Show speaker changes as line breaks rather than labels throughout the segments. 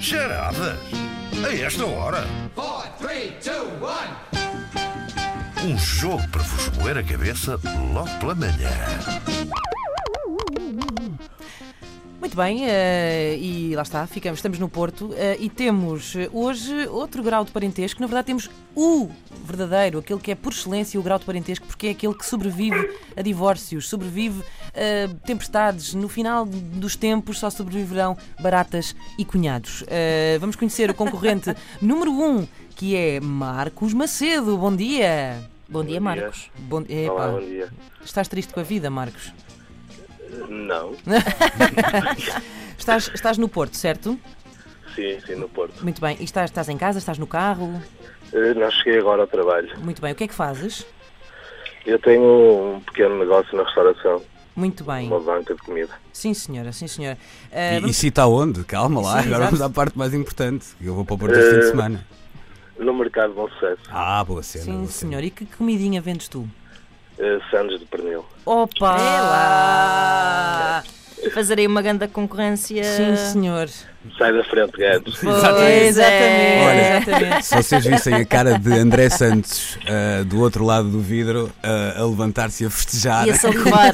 Charadas? A esta hora?
four, three, two, one.
Um jogo para vos moer a cabeça logo pela manhã.
Muito bem, eh, e lá está, ficamos, estamos no Porto eh, e temos eh, hoje outro grau de parentesco. Na verdade, temos o verdadeiro, aquele que é por excelência o grau de parentesco, porque é aquele que sobrevive a divórcios, sobrevive a tempestades. No final dos tempos só sobreviverão baratas e cunhados. Eh, vamos conhecer o concorrente número 1, um, que é Marcos Macedo. Bom dia!
Bom dia, Marcos.
Bom, epá,
Olá, bom dia.
estás triste com a vida, Marcos?
Não,
Estás, estás no Porto, certo?
sim, sim, no Porto.
Muito bem. E estás, estás em casa? Estás no carro?
Eh, Não cheguei agora ao trabalho.
Muito bem. O que é que fazes?
Eu tenho um pequeno negócio na restauração,
Muito bem.
uma banca de comida.
Sim, senhora. Sim, senhora.
E-
Ah,
E,
vamos-
cita onde? Calma lá,
Sim,
agora
exato.
vamos à parte mais importante. que Eu vou para o Porto este fim de
Eh,
semana.
No mercado de bom sucesso,
Ah, boa cena.
Sim,
boa
senhora. E que comidinha vendes tu?
eh, Sandes de Pernil.
Opa!
É lá. Fazerei uma grande concorrência.
Sim, senhor.
Sai da frente, gatos.
Cena. Exatamente. Olha.
Exatamente. Exatamente.
Se vocês vissem a cara de André Santos ah, do outro lado do vidro ah, a levantar-se e a festejar,
E a salivar.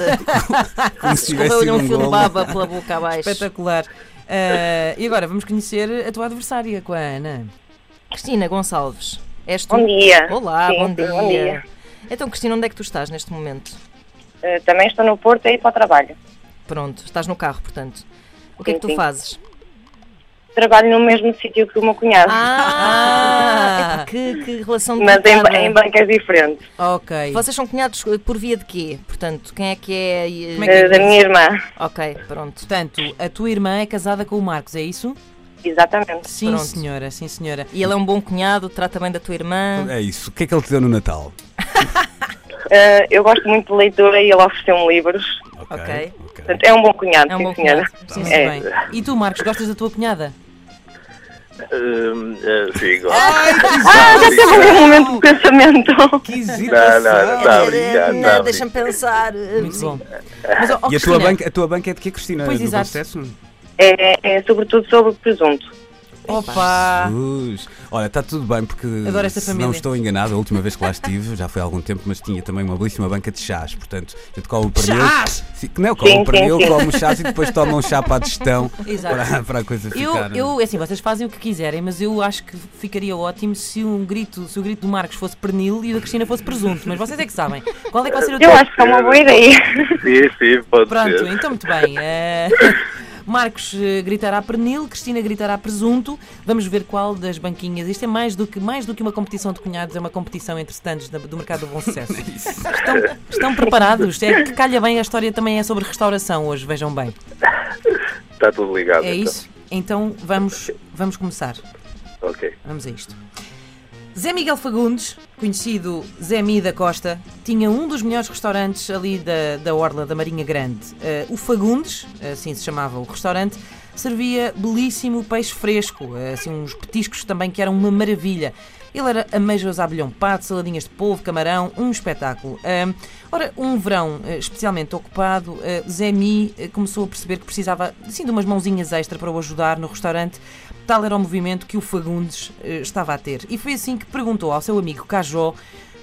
como se tivesse
Escorreu-lhe
sido
um
um
fio de
golo.
baba pela boca abaixo.
Espetacular. Ah, e agora vamos conhecer a tua adversária com a Ana.
Cristina Gonçalves, és tu?
Bom dia.
Olá,
Sim,
bom,
sim,
dia.
bom dia.
Então, Cristina, onde é que tu estás neste momento?
Eh, também estou no Porto a ir para o trabalho.
Pronto, estás no carro, portanto. O que é que
Sim,
tu
sim.
fazes?
Trabalho no mesmo sítio que o meu cunhado,
Ah! que, que relação de
mas em, ba-
bancada.
em é bancas diferentes.
Ok.
Vocês são cunhados por via de quê? Portanto, quem é que é. e-
Como é
Eh, da minha irmã,
Ok, pronto.
Portanto, a tua irmã é casada com o Marcos, é isso?
exatamente.
Sim,
Pronto.
senhora. Sim, senhora.
E ele é um bom cunhado, trata bem da tua irmã.
É isso. O que é que ele te deu no Natal?
Eh, eu gosto muito de leitura e ele ofereceu-me livros.
Ok.
ok.
Portanto, é um bom cunhado,
É um
sim,
bom
senhora.
cunhado.
Sim,
Sim,
muito
É.
bem. E tu, Marcos, gostas da tua cunhada?
Hum, eh, sim, claro.
Ah, já teve um momento de pensamento.
Que
Não, não, não,
Tá,
está a brincar, está a
Não,
brincar.
Eh, Deixa-me pensar.
Muito bom. Mas, ó, ó,
E a tua,
Cristina,
banca, a tua banca é de quê, Cristina?
Pois,
Do
exato.
Processo?
É, é sobretudo sobre presunto.
Opa!
Jesus. Olha, está tudo bem porque
Adoro esta
se
família.
não estou enganado, a última vez que lá estive, já foi há algum tempo, mas tinha também uma belíssima banca de chás, portanto, eu te como o pernil. Chás! Não, como
Sim,
o pernil,
sim, sim.
como o chás e depois tomo um chá para a digestão
Exato.
para, para a coisa
Eu,
ficar.
eu, é assim, vocês fazem o que quiserem, mas eu acho que ficaria ótimo se um grito, se o grito do Marcos fosse pernil e o da Cristina fosse presunto, mas vocês é que sabem. Qual é que vai ser o
Eu
teu?
acho que é uma boa ideia.
Sim, sim, pode
Pronto,
ser.
então muito bem. eh, Marcos eh, gritará pernil, Cristina gritará presunto. Vamos ver qual das banquinhas. Isto é mais do que, mais do que uma competição de cunhados, é uma competição entre stands da- do mercado do bom sucesso. estão, estão preparados? É que calha bem, a história também é sobre restauração hoje, vejam bem.
Está tudo ligado.
É
então.
isso? Então vamos, vamos começar.
Ok.
Vamos a isto. Zé Miguel Fagundes, conhecido Zé Mi da Costa, tinha um dos melhores restaurantes ali da, da Orla da Marinha Grande. Eh, o Fagundes, assim se chamava o restaurante, servia belíssimo peixe fresco, eh, assim uns petiscos também que eram uma maravilha. Ele era amêijoas à bilhão pato, saladinhas de polvo, camarão, um espetáculo. Ah, ora, um verão eh, especialmente ocupado, eh, Zé Mi eh, começou a perceber que precisava assim, de umas mãozinhas extra para o ajudar no restaurante. Tal era o movimento que o Fagundes eh, estava a ter. E foi assim que perguntou ao seu amigo Cajó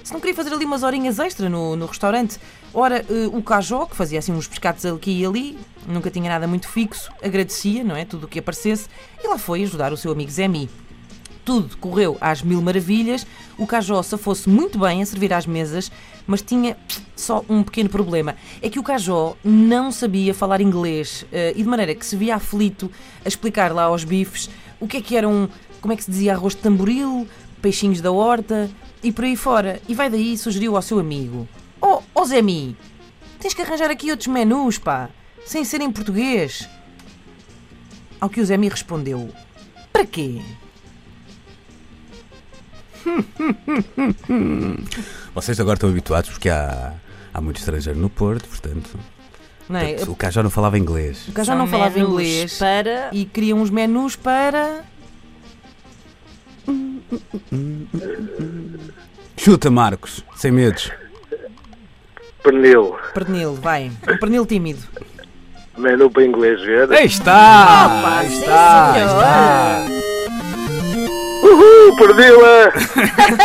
se não queria fazer ali umas horinhas extra no, no restaurante. Ora, eh, o Cajó, que fazia assim uns pescados aqui e ali, nunca tinha nada muito fixo, agradecia, não é? Tudo o que aparecesse, e lá foi ajudar o seu amigo Zé Mi. Tudo correu às mil maravilhas, o Cajó safou-se muito bem a servir às mesas, mas tinha só um pequeno problema. É que o Cajó não sabia falar inglês eh, e de maneira que se via aflito a explicar lá aos bifes o que é que era um, como é que se dizia, arroz de tamboril, peixinhos da horta e por aí fora. E vai daí sugeriu ao seu amigo: Oh, oh Zé Mi, tens que arranjar aqui outros menus, pá, sem ser em português. Ao que o Zé Mi respondeu: Para quê?
Vocês agora estão habituados porque há, há muito estrangeiro no Porto, portanto.
Não é?
O Cajó não falava inglês.
O gajo já não falava
menus
inglês
Para.
e queria uns menus para.
Chuta, Marcos, sem medos.
Pernil.
Pernil, vai. Um pernil tímido.
Menu para inglês ver.
Aí está!
Opa,
aí
sim,
está! aí
senhor.
está.
Uhul, é! perdi-la!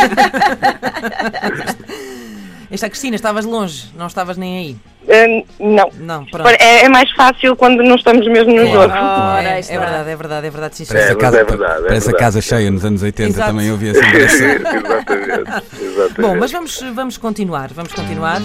Esta Cristina, estavas longe, não estavas nem aí.
Eh, não.
Não, pronto.
É, é mais fácil quando não estamos mesmo no jogo.
Ora,
é, é
está.
verdade, é verdade, é verdade, sim,
É,
senhor.
Essa
mas
casa,
é verdade, é
parece a
verdade.
casa cheia nos anos 80,
Exato.
também ouvi essa impressão.
exatamente, exatamente.
Bom, mas vamos, vamos continuar, vamos continuar.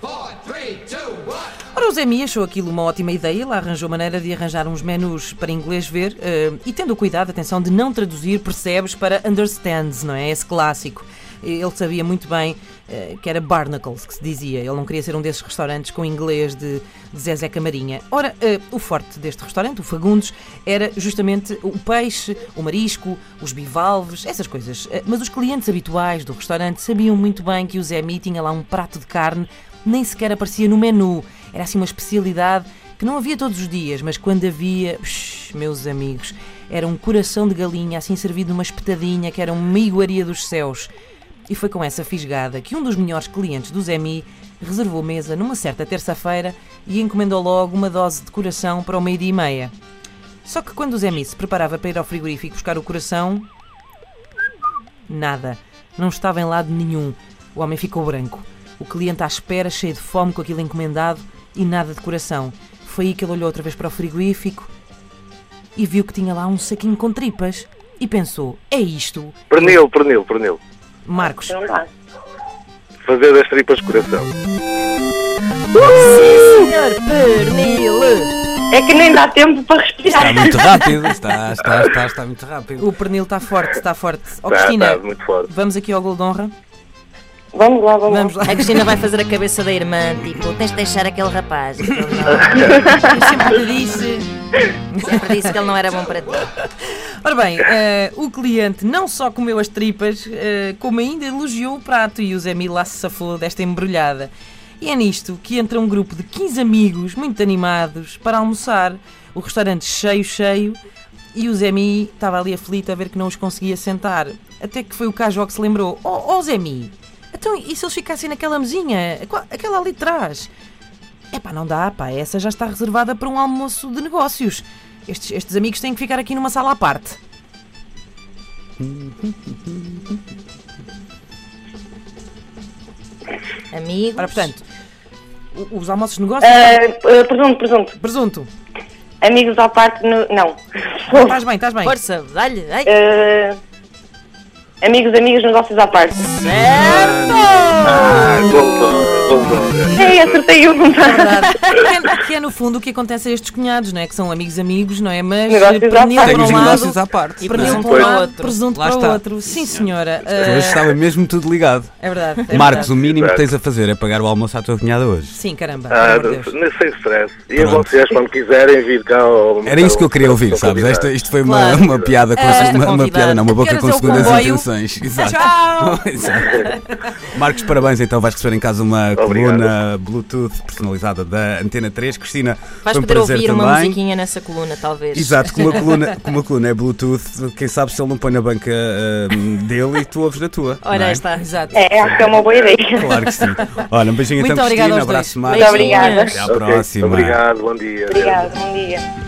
Four, three, two, one.
Ora, o Zemi achou aquilo uma ótima ideia, lá arranjou maneira de arranjar uns menus para inglês ver eh, e tendo cuidado, atenção, de não traduzir percebes para understands, não é? Esse clássico. Ele sabia muito bem eh, que era Barnacles, que se dizia. Ele não queria ser um desses restaurantes com inglês de, de Zezé Camarinha. Ora, eh, o forte deste restaurante, o Fagundes, era justamente o peixe, o marisco, os bivalves, essas coisas. Eh, mas os clientes habituais do restaurante sabiam muito bem que o Zemi tinha lá um prato de carne nem sequer aparecia no menu. Era assim uma especialidade que não havia todos os dias, mas quando havia, psh, meus amigos, era um coração de galinha assim servido numa espetadinha que era uma iguaria dos céus. E foi com essa fisgada que um dos melhores clientes do Zemi reservou mesa numa certa terça-feira e encomendou logo uma dose de coração para o meio-dia e meia. Só que quando o Zemi se preparava para ir ao frigorífico buscar o coração, Nada. Não estava em lado nenhum. O homem ficou branco. O cliente à espera, cheio de fome com aquilo encomendado e nada de coração. Foi aí que ele olhou outra vez para o frigorífico e viu que tinha lá um saquinho com tripas e pensou: é isto?
Pernil, pernil, pernil.
Marcos,
Não dá.
Fazer das tripas coração.
Senhor Pernil.
É que nem dá tempo para
Está
respirar.
muito rápido, está, está, está, está muito rápido.
o pernil está forte, está forte. Ó
Está,
Cristina,
está tá, muito forte.
vamos aqui ao gol de honra?
Vamos lá, vamos,
Vamos
lá.
lá.
A Cristina vai fazer a cabeça da irmã, tipo, tens de deixar aquele rapaz. Ele
Eu sempre te disse.
sempre disse que ele não era bom para ti.
Ora bem, eh, o cliente não só comeu as tripas, eh, como ainda elogiou o prato e o Zé Mil lá se safou desta embrulhada. E é nisto que entra um grupo de 15 amigos muito animados para almoçar, o restaurante cheio, cheio, e o Zemi estava ali aflito a ver que não os conseguia sentar. Até que foi o Cajó que se lembrou: Oh, oh Zemi, então e se eles ficassem naquela mesinha? Aquela- Aquela ali atrás? Epá, não dá, pá, essa já está reservada para um almoço de negócios. Estes, estes amigos têm que ficar aqui numa sala à parte.
Amigos.
Ora, portanto, o- os almoços de negócios.
Ah, ah, presunto, presunto.
Presunto.
Amigos à parte no. Não.
Estás bem, estás bem.
Força, dá-lhe, dá
Ah, amigos, amigos, negócios à parte.
Ah, Golden, Golden.
Ei, acertei um.
Verdade. que, é, que é, no fundo o que acontece a estes cunhados, não é? Que são amigos amigos, não é? Mas
Negócios
eh,
à
pernil
parte.
Tem
para
os
um
negócios
lado,
à parte. não é?
pernil para um
Pois.
lado, presunto
Lá
para o
está.
outro. Sim, senhora.
Hoje
Eh,
estava mesmo tudo ligado.
é verdade. é verdade.
Marcos, um- o mínimo que
Exato.
tens a fazer é pagar o almoço à tua cunhada hoje.
Sim, caramba. pelo
Ah,
amor de Deus.
não- sem stress. E a
Pronto.
vocês, quando quiserem vir cá então, ao.
Era isso que eu queria
ao-
ouvir,
ao
sabes?
convidado.
Esta, é isto foi uma,
Claro.
uma piada com
Ah,
uma, uma
convidado.
piada, não, uma
Que
boca
horas
com
é o
segundas
comboio?
intenções. Exato.
Tchau!
Exato. Marcos, parabéns então, vais receber em casa uma
Obrigado.
coluna Bluetooth personalizada da Antena 3. Cristina,
Vais
foi um
poder
prazer
ouvir
também.
uma musiquinha nessa coluna, talvez.
Exato, com uma, coluna, com uma coluna é Bluetooth, quem sabe se ele não põe na banca ahm, dele e tu ouves na tua.
Ora,
não é?
aí está.
Ah, Exato.
É, acho que é uma boa ideia.
Claro que sim. Olha, um beijinho
Muito
então,
obrigada aos
Cristina,
dois.
abraço mais.
Muito obrigada.
Até à
Ok,
próxima.
Obrigado, bom dia.
Obrigada, bom dia.